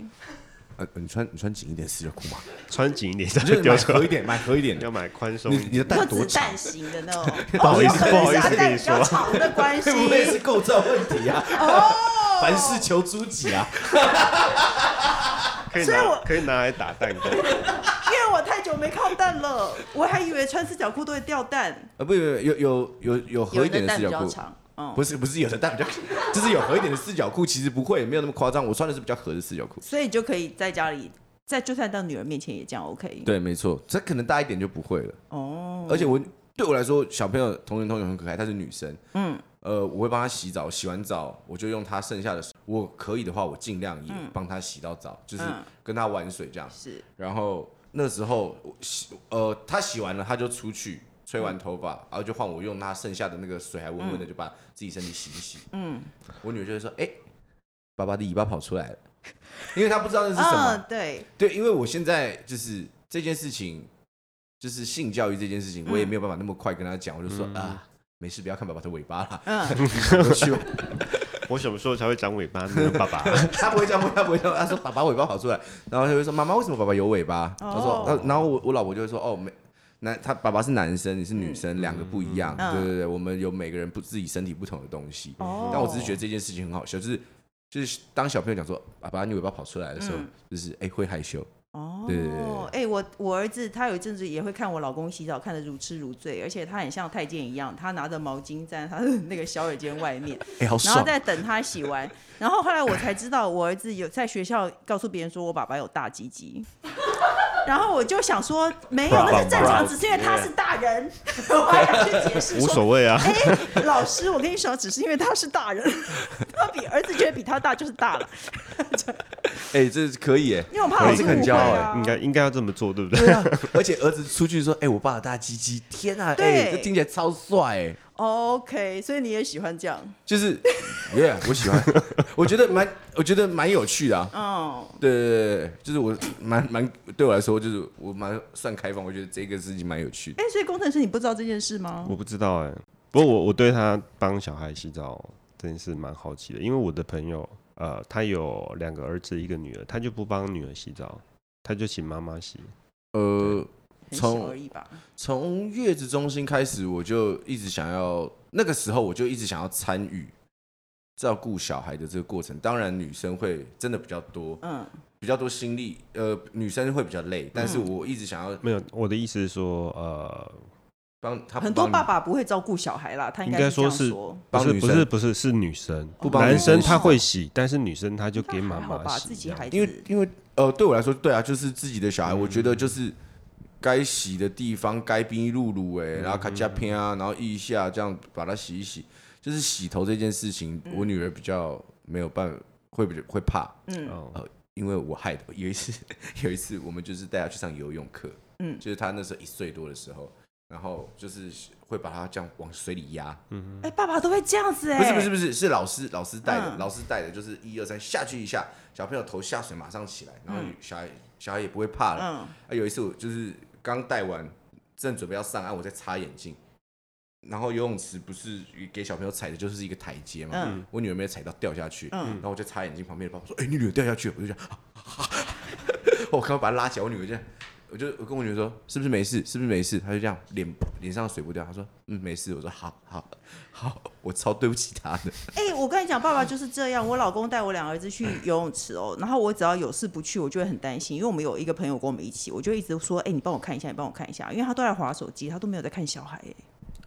B: 呃，你穿你穿紧一点四角裤嘛，
C: 穿紧一点，再
B: 就是
C: 掉
B: 买
C: 出
B: 合一
C: 来。
B: 点，买合一点的
C: 要。买宽松
B: 你
C: 一
B: 你的
C: 点。
B: 蛋
A: 或
B: 多
A: 子
B: 长？
A: <laughs> 弹型的那种。
B: <laughs>
C: 不好意思
A: 哦
C: 不好意思
A: 可能是阿蛋比较
C: 跟你说
A: 长的关系。 <laughs>
B: 会不会是构造问题啊？ <laughs> 凡事求诸己啊！
C: 可以
A: 所以
C: 拿
A: 我
C: 可以拿来打蛋
A: <laughs>
C: 糕。
A: 因为我太久没靠蛋了，我还以为穿四角裤都会掉蛋。
B: 啊，不不，有有有有合一点的
A: 蛋
B: 四
A: 比
B: 角
A: 较
B: 裤，
A: 长，嗯，
B: 不是不是有的蛋比较， <laughs> 就是有合一点的四角裤，其实不会，没有那么夸张。我穿的是比较合的四角裤。
A: 所以就可以在家里，在就算到女儿面前也这样 OK。，
B: 对，没错，这可能大一点就不会了。
A: 哦，
B: 而且我对我来说，小朋友童年童友很可爱，她是女生，嗯，呃，我会帮她洗澡，洗完澡我就用她剩下的水，我可以的话，我尽量也帮她洗到澡，就是
A: 嗯
B: 跟她玩水这样。
A: 是
B: 然后那时候我洗，呃，她洗完了，她就出去吹
A: 嗯
B: 完头发，然后就换我用她剩下的那个水，还温温的就把自己身体洗一洗。嗯，我女儿就会说：“哎、爸爸的尾巴跑出来了。”因为她不知道那是什么，
A: 嗯，
B: <laughs>
A: 对，
B: 对，因为我现在就是这件事情，就是性教育这件事情，我
A: 嗯
B: 也没有办法那么快跟他讲，我就说、啊，没事，不要看爸爸的尾巴啦，
A: 嗯，
B: 我去吧。 <laughs>
C: 我什么时候才会长尾巴
A: <laughs>
C: 呢？爸爸，
B: 他不会这样问，他不会这样问，他说爸爸尾巴跑出来，然后他就会说妈妈为什么爸爸有尾巴？他
A: 哦
B: 说，他然后我我老婆就会说哦没。那他爸爸是男生，你是女生，两个不一样。
A: 嗯
B: 对对对，我们有每个人不自己身体不同的东西。
A: 哦
B: 但我只是觉得这件事情很好笑，就是就是当小朋友讲说爸爸你尾巴跑出来的时候，
A: 嗯
B: 就是哎、会害羞。
A: 哦，
B: 对对对对
A: 哎、我我儿子他有一阵子也会看我老公洗澡，看得如痴如醉，而且他很像太监一样，他拿着毛巾站在他的 <laughs> 那个小耳尖外面，
B: 哎、好
A: 然后
B: 爽！
A: 再等他洗完。然后后来我才知道，我儿子有在学校告诉别人说我爸爸有大鸡鸡。然后我就想说，没有，那是正常，只是因为他是大人，我还要去解释
C: 无
A: 说。
C: 所谓啊。
A: 哎、老师，我跟你说，只是因为他是大人，他比儿子觉得比他大就是大了，
B: 哎，这是可以哎，
A: 因为我怕老
B: 这
A: 师误
B: 个很
A: 会
B: 骄傲
A: 啊
B: 哎。
C: 应该应该要这么做，对不对？
B: 对啊， <laughs> 而且儿子出去说，哎，我爸的大鸡鸡，天啊，哎，
A: 对
B: 这听起来超帅哎。
A: OK，所以你也喜欢这样，
B: 就是，耶、我喜欢， <laughs> 我觉得蛮，我觉得蛮有趣的啊。
A: 嗯，
B: 对对对对，就是我蛮蛮对我来说，就是我蛮算开放，我觉得这个事情蛮有趣的。
A: 哎、所以工程师你不知道这件事吗？
C: 我不知道哎、不过我我对他帮小孩洗澡这件事蛮好奇的，因为我的朋友呃，他有两个儿子一个女儿，他就不帮女儿洗澡，他就请妈妈洗。
B: 呃，
A: 很
B: 从
A: 小而已吧。
B: 从月子中心开始，我就一直想要，那个时候我就一直想要参与照顾小孩的这个过程。当然，女生会真的比较多，
A: 嗯，
B: 比较多心力，呃，女生会比较累，但是我一直想要
C: 没有，我的意思是说，呃，
B: 帮她，
A: 很多爸爸不会照顾小孩啦，他
C: 应
A: 该是
C: 该
A: 这
C: 说
A: 样
C: 是
A: 说。
C: 不
B: 帮
C: 是
B: 女
C: 不
B: 生
C: 是不是是女生，
B: 不帮
C: 男
B: 女
C: 生
B: 生
C: 他
A: 洗
C: 会洗，但是女生他就给
A: 那
C: 妈
A: 还好
C: 妈
A: 吧，
C: 洗
A: 自
C: 这
A: 己
C: 样。
A: 孩子，嗯
B: 因为因为呃，对我来说，对啊，就是自己的小孩，我觉得就是该洗的地方，该冰露露哎，然后
A: 嗯
B: 卡加片啊，然后腋下这样把它洗一洗，就是洗头这件事情，我女儿比较没有办法，会比较会怕，
A: 嗯
C: 哦
B: 因为我害的。有一次 <laughs> 有一次我们就是带她去上游泳课，
A: 嗯
B: 就是她那时候一岁多的时候，然后就是会把她这样往水里压，
A: 哎、爸爸都会这样子哎、
B: 不是不是不是，是老师老师带的，
A: 嗯
B: 老师带的就是一二三下去一下，小朋友头下水马上起来，然后小孩、小孩也不会怕了。
A: 嗯，
B: 啊，有一次我就是刚带完，正准备要上岸，啊我在擦眼镜，然后游泳池不是给小朋友踩的就是一个台阶嘛，
A: 嗯
B: 我女儿没有踩到掉下去，
A: 嗯
B: 然后我就擦眼镜，旁边的爸爸说：“哎、你女儿掉下去了。”我就讲，啊啊啊 <laughs> 我刚刚把她拉起来，我女儿就这样。我就我跟我女儿说是不是没事，是不是没事？她就这样脸脸上水不掉，她说嗯没事。我说好好好，我超对不起她 <laughs> 的。
A: 哎、我跟你讲，爸爸就是这样。我老公带我两个儿子去游泳池哦，然后我只要有事不去，我就会很担心，因为我们有一个朋友跟我们一起，我就一直说，哎、你帮我看一下，你帮我看一下，因为他都在划手机，他都没有在看小孩、哎，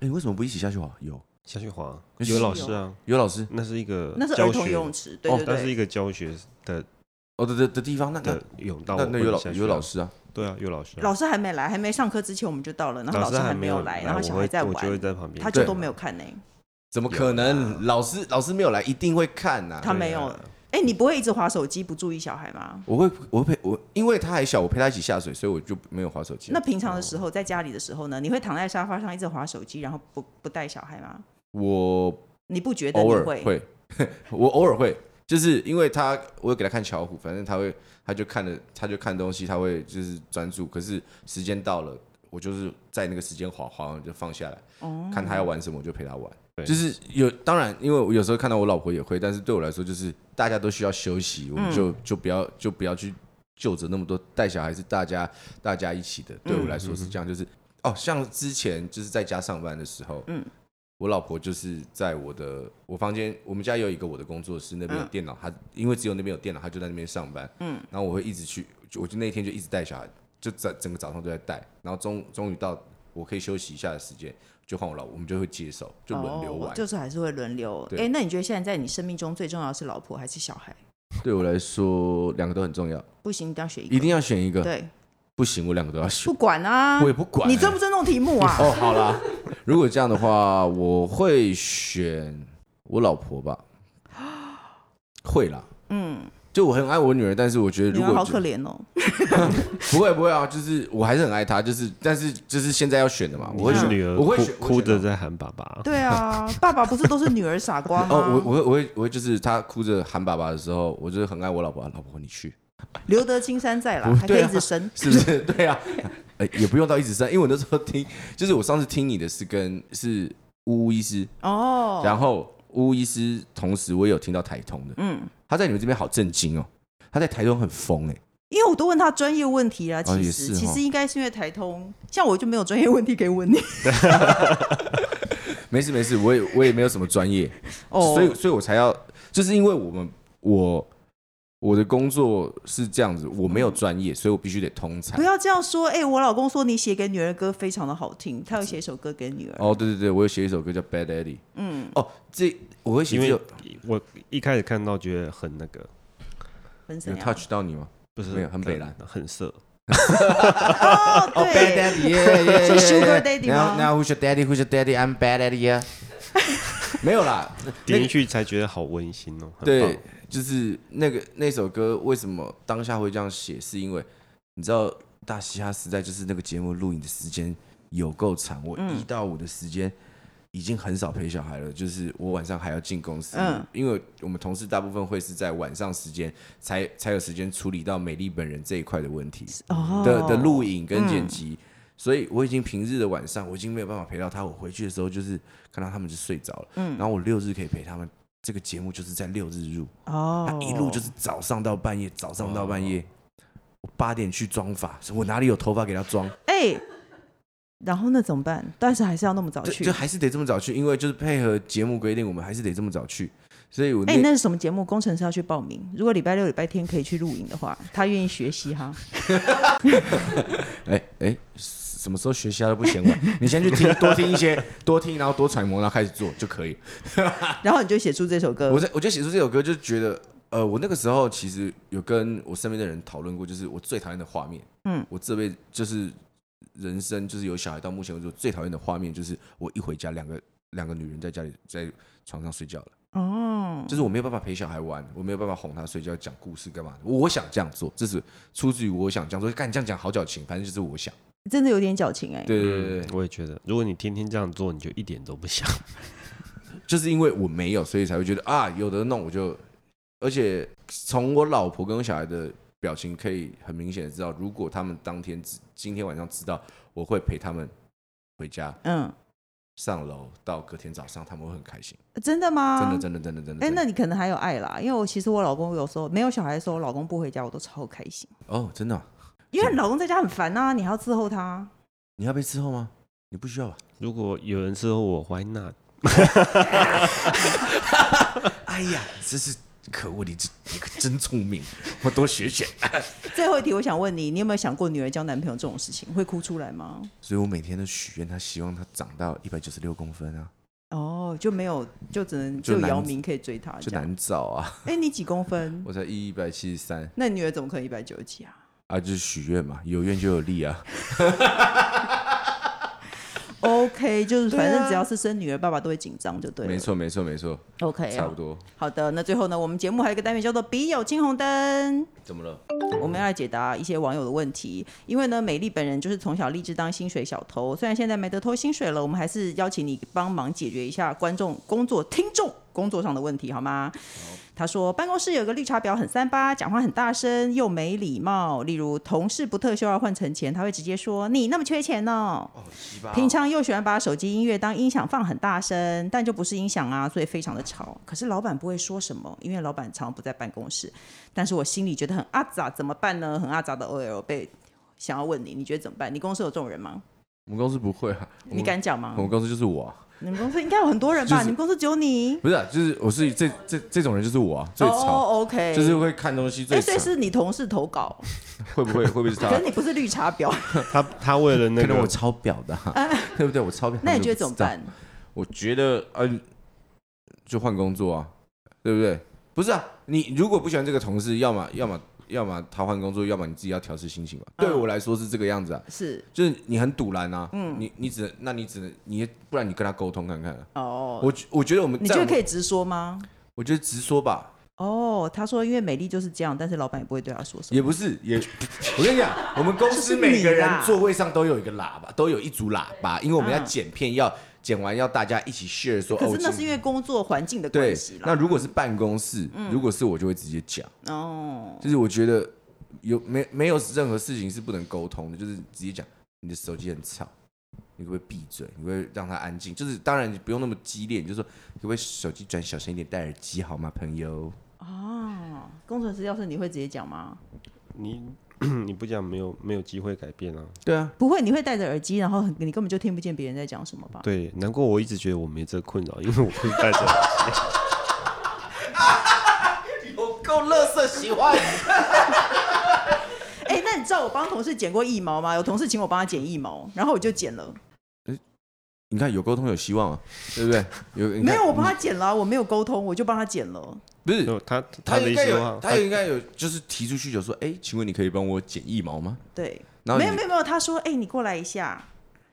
B: 哎、为什么不一起下去玩？有
C: 下去滑
B: 那
C: 有
B: 是
C: 老
A: 有
C: 师啊，
B: 有老师
C: 那是一个
A: 那是
C: 教
A: 儿童
C: 学
A: 游泳池，对对
C: 哦，那是
A: 对。
C: 一个教学的
B: 哦的的的地方，那那
C: 的泳道
B: 那
C: 我
B: 那有
C: 不能
B: 老
C: 下去
B: 有
C: 啊
B: 老师啊，
C: 对啊，有老师啊，
A: 老师还没来，还没上课之前我们就到了，然后老师
C: 还
A: 没
C: 有
A: 来，然后
C: 我
A: 小
C: 会
A: 孩在
C: 我就会
A: 玩，
C: 在旁边，
A: 他就
B: 对
A: 都没有看呢、
B: 怎么可能？老师老师没有来，一定会看啊呐、
A: 他没有。哎、你不会一直划手机不注意小孩吗？
B: 我会我会陪我，因为他还小，我陪他一起下水，所以我就没有划手机。啊
A: 那平常的时候，在家里的时候呢，你会躺在沙发上一直划手机，然后不不带小孩吗？
B: 我
A: 你不觉得你
B: 偶尔
A: 会？
B: 会， <laughs> 我偶尔会，就是因为他，我有给他看巧虎，反正他会，他就看了，他就看东西，他会就是专注。可是时间到了，我就是在那个时间划划完就放下来，
A: 哦
B: 看他要玩什么我就陪他玩。
C: 对
B: 就是有，当然，因为我有时候看到我老婆也会，但是对我来说，就是大家都需要休息，我们就、
A: 嗯
B: 就不要就不要去就着那么多。带小孩是大家大家一起的，对我来说是
A: 嗯
B: 这样，就是哦，像之前就是在家上班的时候，
A: 嗯
B: 嗯，我老婆就是在我的我房间，我们家有一个我的工作室，那边有
A: 嗯
B: 电脑，她因为只有那边有电脑，她就在那边上班，
A: 嗯
B: 嗯，然后我会一直去，就我就那一天就一直带小孩，就整整个早上都在带，然后终终于到我可以休息一下的时间，就换我老，我们就会接手，就轮流玩。
A: 哦，就是还是会轮流。哎、
B: 对
A: 那你觉得现在在你生命中最重要的是老婆还是小孩？
B: 对我来说，两个都很重要，
A: 不行，一定要选一个。
B: 一定要选一个。
A: 对，
B: 不行，我两个都要选
A: 不，管啊，
B: 我也不管欸、
A: 你尊不尊重题目啊？
B: 哦，好啦，如果这样的话，我会选我老婆吧，会啦。
A: 嗯，
B: 就我很爱我女儿，但是我觉得
A: 女
B: 如
A: 儿
B: 果
A: 好可怜哦。
B: 不会不会啊，就是我还是很爱她，就是但是就是现在要选的嘛，我
C: 啊我
B: 会
C: 的
B: 选
C: 女儿
B: 我会
C: 哭
B: 选
C: 哭着
B: 在
C: 在喊爸爸，
A: 对啊，爸爸不是都是女儿傻瓜吗？
B: <laughs> 哦，我我会我会我会就是她哭着喊爸爸的时候，我就是很爱我老婆，啊老婆你去，
A: 留得青山在啦，
B: 我
A: 还可
B: 对
A: 以
B: 啊
A: 一直生。
B: <laughs> 是不是？对啊，呃，也不用到一直删，因为我那时候听，就是我上次听你的是跟是呜呜医师，
A: 哦，
B: 然后呜呜医师同时我也有听到台通的，
A: 嗯，
B: 他在你们这边好震惊哦，他在台通很疯哎、
A: 因为我都问他专业问题啦，啊其
B: 也
A: 实、
B: 是
A: 其
B: 哦
A: 实应该是因为台通，像我就没有专业问题可以问
B: <laughs>
A: 你。
B: 没事没事，我也我也没有什么专业，
A: 哦，
B: 所以所以我才要，就是因为我们我我的工作是这样子，我没有专业，所以我必须得通才
A: 不。要这样说，哎、我老公说你写给女儿的歌非常的好听，他要写一首歌给女儿。
B: 哦，对对对，我有写一首歌叫《Bad Daddy》。
A: 嗯，
B: 哦，这我会写
C: 因
B: 这
C: 为
B: 首，
C: 我一开始看到觉得很那个，
A: 很
B: 有
A: 怎样？
B: touch 到你吗？
C: 不是
B: 没有很北
C: 很
B: 蓝
C: 很色，
A: 哦，
B: 哦，bad
A: 对，
B: daddy，耶耶耶
A: 是 sugar daddy 吗
B: Now now who's your daddy? Who's your daddy? I'm bad
A: <laughs>
B: daddy. yeah 没有啦，
C: 点进去才觉得好温馨哦。很
B: 对
C: 棒，
B: 就是那个那首歌为什么当下会这样写，是因为你知道大嘻哈时代就是那个节目录影的时间有够长，我
A: 嗯
B: 一到五的时间已经很少陪小孩了，就是我晚上还要进公司，
A: 嗯
B: 因为我们同事大部分会是在晚上时间才才有时间处理到美丽本人这一块的问题
A: 哦
B: 的的录影
A: 嗯
B: 跟剪辑。所以我已经平日的晚上，我已经没有办法陪到他。我回去的时候就是看到他们就睡着了，
A: 嗯
B: 然后我六日可以陪他们。这个节目就是在六日入，
A: 哦
B: 他，一路就是早上到半夜，早上到半夜。
A: 哦
B: 我八点去妆发，我哪里有头发给他装？
A: 哎，然后那怎么办？但是还是要那么早
B: 就
A: 去
B: 就。还是得这么早去，因为就是配合节目规定，我们还是得这么早去。所以我
A: 哎，那是什么节目？工程师要去报名。如果礼拜六、礼拜天可以去露营的话，他愿意学习
B: <laughs>
A: 哈。
B: 哎哎，什么时候学习他啊都不嫌晚。你先去听，多听一些，多听，然后多揣摩，然后开始做就可以了。
A: 然后你就写出这首歌
B: 我。在我就写出这首歌，就觉得，呃，我那个时候其实有跟我身边的人讨论过，就是我最讨厌的画面，
A: 嗯
B: 嗯，我这辈子就是人生就是有小孩到目前为止我最讨厌的画面，就是我一回家，两个两个女人在家里在床上睡觉了，
A: 哦，
B: 就是我没有办法陪小孩玩，我没有办法哄他睡觉，讲故事干嘛的，我想这样做，这是出自于我想这样做，干这样讲好矫情，反正就是我想，
A: 真的有点矫情哎。
B: 对对对对
C: 嗯，我也觉得，如果你天天这样做，你就一点都不想。
B: 就是因为我没有，所以才会觉得啊，有的弄我就，而且从我老婆跟我小孩的表情可以很明显的知道，如果他们当天知今天晚上知道我会陪他们回家
A: 嗯，
B: 上楼，到隔天早上他们会很开心，
A: 真的吗？
B: 真的真的真的真的。
A: 哎、
B: 真的
A: 那你可能还有爱啦，因为我其实我老公有时候没有小孩的时候，我老公不回家，我都超开心，
B: 哦，真的啊、
A: 因为老公在家很烦啊呐、你还要伺候他。
B: 你要被伺候吗？你不需要吧？
C: 如果有人伺候我，Why not？
B: 哎呀，真是可恶！你这你可真聪 <laughs> 明，我多学学。
A: 最后一题，我想问你，你有没有想过女儿交男朋友这种事情会哭出来吗？
B: 所以我每天都许愿，他希望他长到一百九十六公分啊，
A: 哦，就没有，就只能只
B: 就
A: 有
B: 男
A: 姚明可以追她
B: 就
A: 这样。
B: 难找啊。
A: 哎、你几公分？
B: 我才一百七十三。
A: 那你女儿怎么可能一百九十几啊？
B: 啊，就是许愿嘛，有愿就有力啊。
A: OK，就是反
B: 对
A: 正
B: 啊
A: 只要是生女儿，爸爸都会紧张，就对了。
B: <laughs> 没错，没错，没错，
A: ，OK，
B: 差不。多。
A: 好的，那最后呢，我们节目还有一个单元叫做“笔友青红灯”。
B: 怎么了？
A: 我们要来解答一些网友的问题，因为呢，美丽本人就是从小立志当薪水小偷，虽然现在没得偷薪水了，我们还是邀请你帮忙解决一下观众、工作、听众工作上的问题，好吗？他说，办公室有个绿茶婊很三八，讲话很大声又没礼貌。例如，同事不特休要换成钱，他会直接说：“你那么缺钱哦。”平常又喜欢把手机音乐当音响放很大声，但就不是音响啊，所以非常的吵。可是老板不会说什么，因为老板常不在办公室。但是我心里觉得很阿杂，怎么办呢？很阿杂的 OL 被想要问你，你觉得怎么办？你公司有这种人吗？
B: 我们公司不会啊。我们
A: 你？敢讲吗
B: 我？们公司就是我、啊，
A: 你们公司应该有很多人吧？
B: 就是
A: 你们公司只有你。
B: 不是、啊，就是我是这这这种人就是我啊，最吵。
A: 哦、o k
B: 就是会看东西
A: 哎、
B: 最
A: 所
B: 吵，
A: 以是你同事投
B: <laughs>
A: 稿，
B: 会不会会不会是他
A: 可？是你不是绿茶
B: <laughs>
A: 婊，
C: 他他为了那
B: 可能我
C: 个，
B: 超表的、啊， <laughs> 对不对？我超表。
A: 那你
B: 他们
A: 觉
B: 就
A: 得怎么
B: 不知道
A: 办？
B: 我觉得，嗯、就换工作啊，对不对？不是啊，你如果不喜欢这个同事，要么要么要么他换工作，要么你自己要调试心情吧。对
A: 嗯
B: 我来说是这个样子啊，
A: 是
B: 就是你很堵然啊，
A: 嗯
B: 你你只能，那你只能，你也不然你跟他沟通看看、啊。
A: 哦，
B: 我我觉得我们
A: 你
B: 在
A: 觉得
B: 我们
A: 可以直说吗？
B: 我觉得直说吧，
A: 哦，他说因为美丽就是这样，但是老板也不会对他说什么。
B: 也不是
A: <laughs>
B: 也，我跟你讲，我们公司每个人座位上都有一个喇叭，都有一组喇叭，因为我们要
A: 嗯
B: 剪片，要剪完要大家一起 share 说
A: 可
B: 哦
A: 是，那是
B: 今
A: 因为工作环境的关
B: 对
A: 系。
B: 那
A: 啦。嗯
B: 如果是办公室，如果是我就会直接讲，
A: 哦，
B: 就是我觉得有没没有任何事情是不能沟通的，就是直接讲你的手机很吵。你可不可以闭嘴？你会让他安静？就是当然你不用那么激烈，你就说可不可以手机转小声一点，戴耳机好吗，朋友？
A: 哦，工程师要是你会直接讲吗？
C: 你你不讲没有没有机会改变啊。
B: 对啊，
A: 不会，你会戴着耳机，然后很你根本就听不见别人在讲什么吧？
C: 对，难怪我一直觉得我没这个困扰，因为我会带着。
B: <laughs> 有够乐色喜欢。
A: 哎、那你知道我帮同事剪过腋毛吗？有同事请我帮他剪腋毛，然后我就剪了。
B: 你看有沟通有希望啊，对不对？有嗯你
A: 没
B: 看
A: 有，我帮他剪了啊，我没有沟通，我就帮他剪了。
B: 不是
C: 没有他
B: 他
C: 的啊
B: 应
C: 意
B: 该
C: 思的
B: 有
C: 话，
B: 他应该有就是提出需求说，哎，请问你可以帮我剪腋毛吗？
A: 对，
B: 然后
A: 没有
B: 你
A: 没有没有，他说：“哎、你过来一下，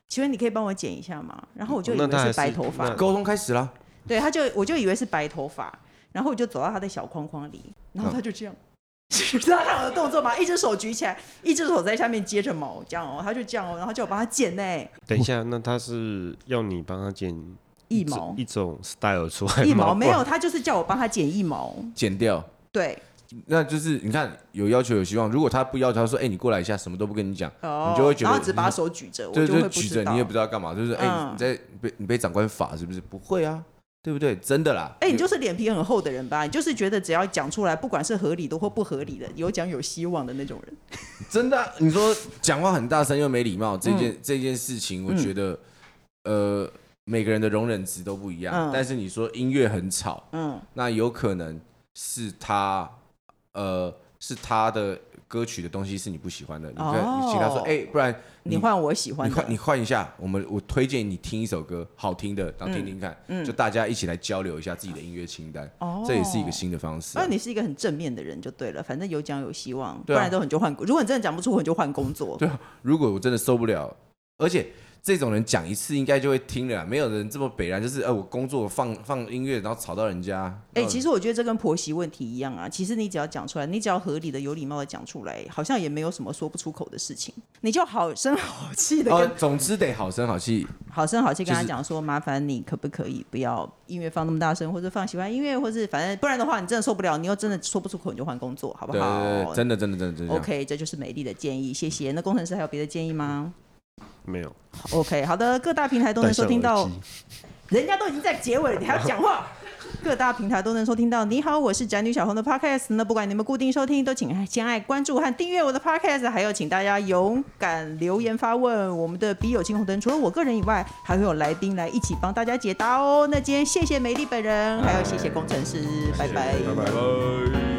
A: 请问你可以帮我剪一下吗？”然后我就以
C: 那
A: 为
C: 他还
A: 白
C: 是
A: 头发
C: 那，
B: 沟通开始啦，
A: 对，他就我就以为是白头发，然后我就走到他的小框框里，然后他就这样， <laughs> 知道他的动作吗？一只手举起来，一只手在下面接着毛，这样哦，他就这样哦，然后叫我帮他剪呢、
C: 哎等一下，那他是要你帮他剪
A: 一
C: 种
A: 毛
C: 一种 style 出来吗，
A: 一毛没
C: 不
A: 有，
C: 然
A: 他就是叫我帮他剪一毛，
B: 剪掉。
A: 对，
B: 那就是你看有要求有希望，如果他不要求，他说哎、你过来一下，什么都不跟你讲，
A: 哦，
B: 你就会觉得
A: 然后只把手举着，我
B: 对
A: 就会
B: 对，
A: 不
B: 举
A: 知
B: 着
A: 道。
B: 你也不知道干嘛，就是哎、
A: 嗯
B: 你在被你被长官罚是不是？不会啊，对不对？真的啦，
A: 哎、你就是脸皮很厚的人吧？你就是觉得只要讲出来，不管是合理的或不合理的，有讲有希望的那种人。
B: 真的啊、你说讲话很大声又没礼貌，
A: 嗯
B: 这件、这件事情，我觉得、呃每个人的容忍值都不一样，
A: 嗯
B: 但是你说音乐很吵，
A: 嗯，
B: 那有可能是他呃是他的歌曲的东西是你不喜欢的，你可以
A: 哦
B: 请他说，哎、不然
A: 你换我喜欢
B: 你
A: 的
B: 换，你换一下，我们我推荐你听一首歌，好听的，然后
A: 嗯
B: 听听看，就大家一起来交流一下自己的音乐清单，
A: 哦
B: 这也是一个新的方式啊、
A: 那你是一个很正面的人就对了，反正有讲有希望，不
B: 对啊
A: 然都很就换。如果你真的讲不出，你就换工作。
B: 对啊，如果我真的受不了，而且这种人讲一次应该就会听了啦，没有人这么北然，就是呃我工作放放音乐，然后吵到人家。
A: 哎、
B: 然后
A: 其实我觉得这跟婆媳问题一样啊。其实你只要讲出来，你只要合理的、有礼貌的讲出来，好像也没有什么说不出口的事情。你就好声好气的跟、
B: 呃，总之得好声好气，
A: 好声好气跟他
B: 就是
A: 讲说，麻烦你可不可以不要音乐放那么大声，或者放喜欢音乐，或是反正不然的话，你真的受不了，你又真的说不出口，你就换工作，好不
B: 对对对
A: 好
B: 对，真的真的真的真的。
A: ？OK，这就是美丽的建议，谢谢。那工程师还有别的建议吗
C: 没有
A: ？OK，好的，各大平台都能
C: 戴
A: 收
C: 上
A: 听
C: 耳
A: 到
C: 机，。
A: 人家都已经在结尾了，你还要讲话？ <laughs> 各大平台都能收听到。你好，我是宅女小红的 Podcast。那不管你们固定收听，都请先爱关注和订阅我的 Podcast，还有请大家勇敢留言发问。我们的笔友青红灯，除了我个人以外，还会有来宾来一起帮大家解答哦。那今天谢谢美丽本人，还有谢谢工程师，拜拜
C: 拜拜。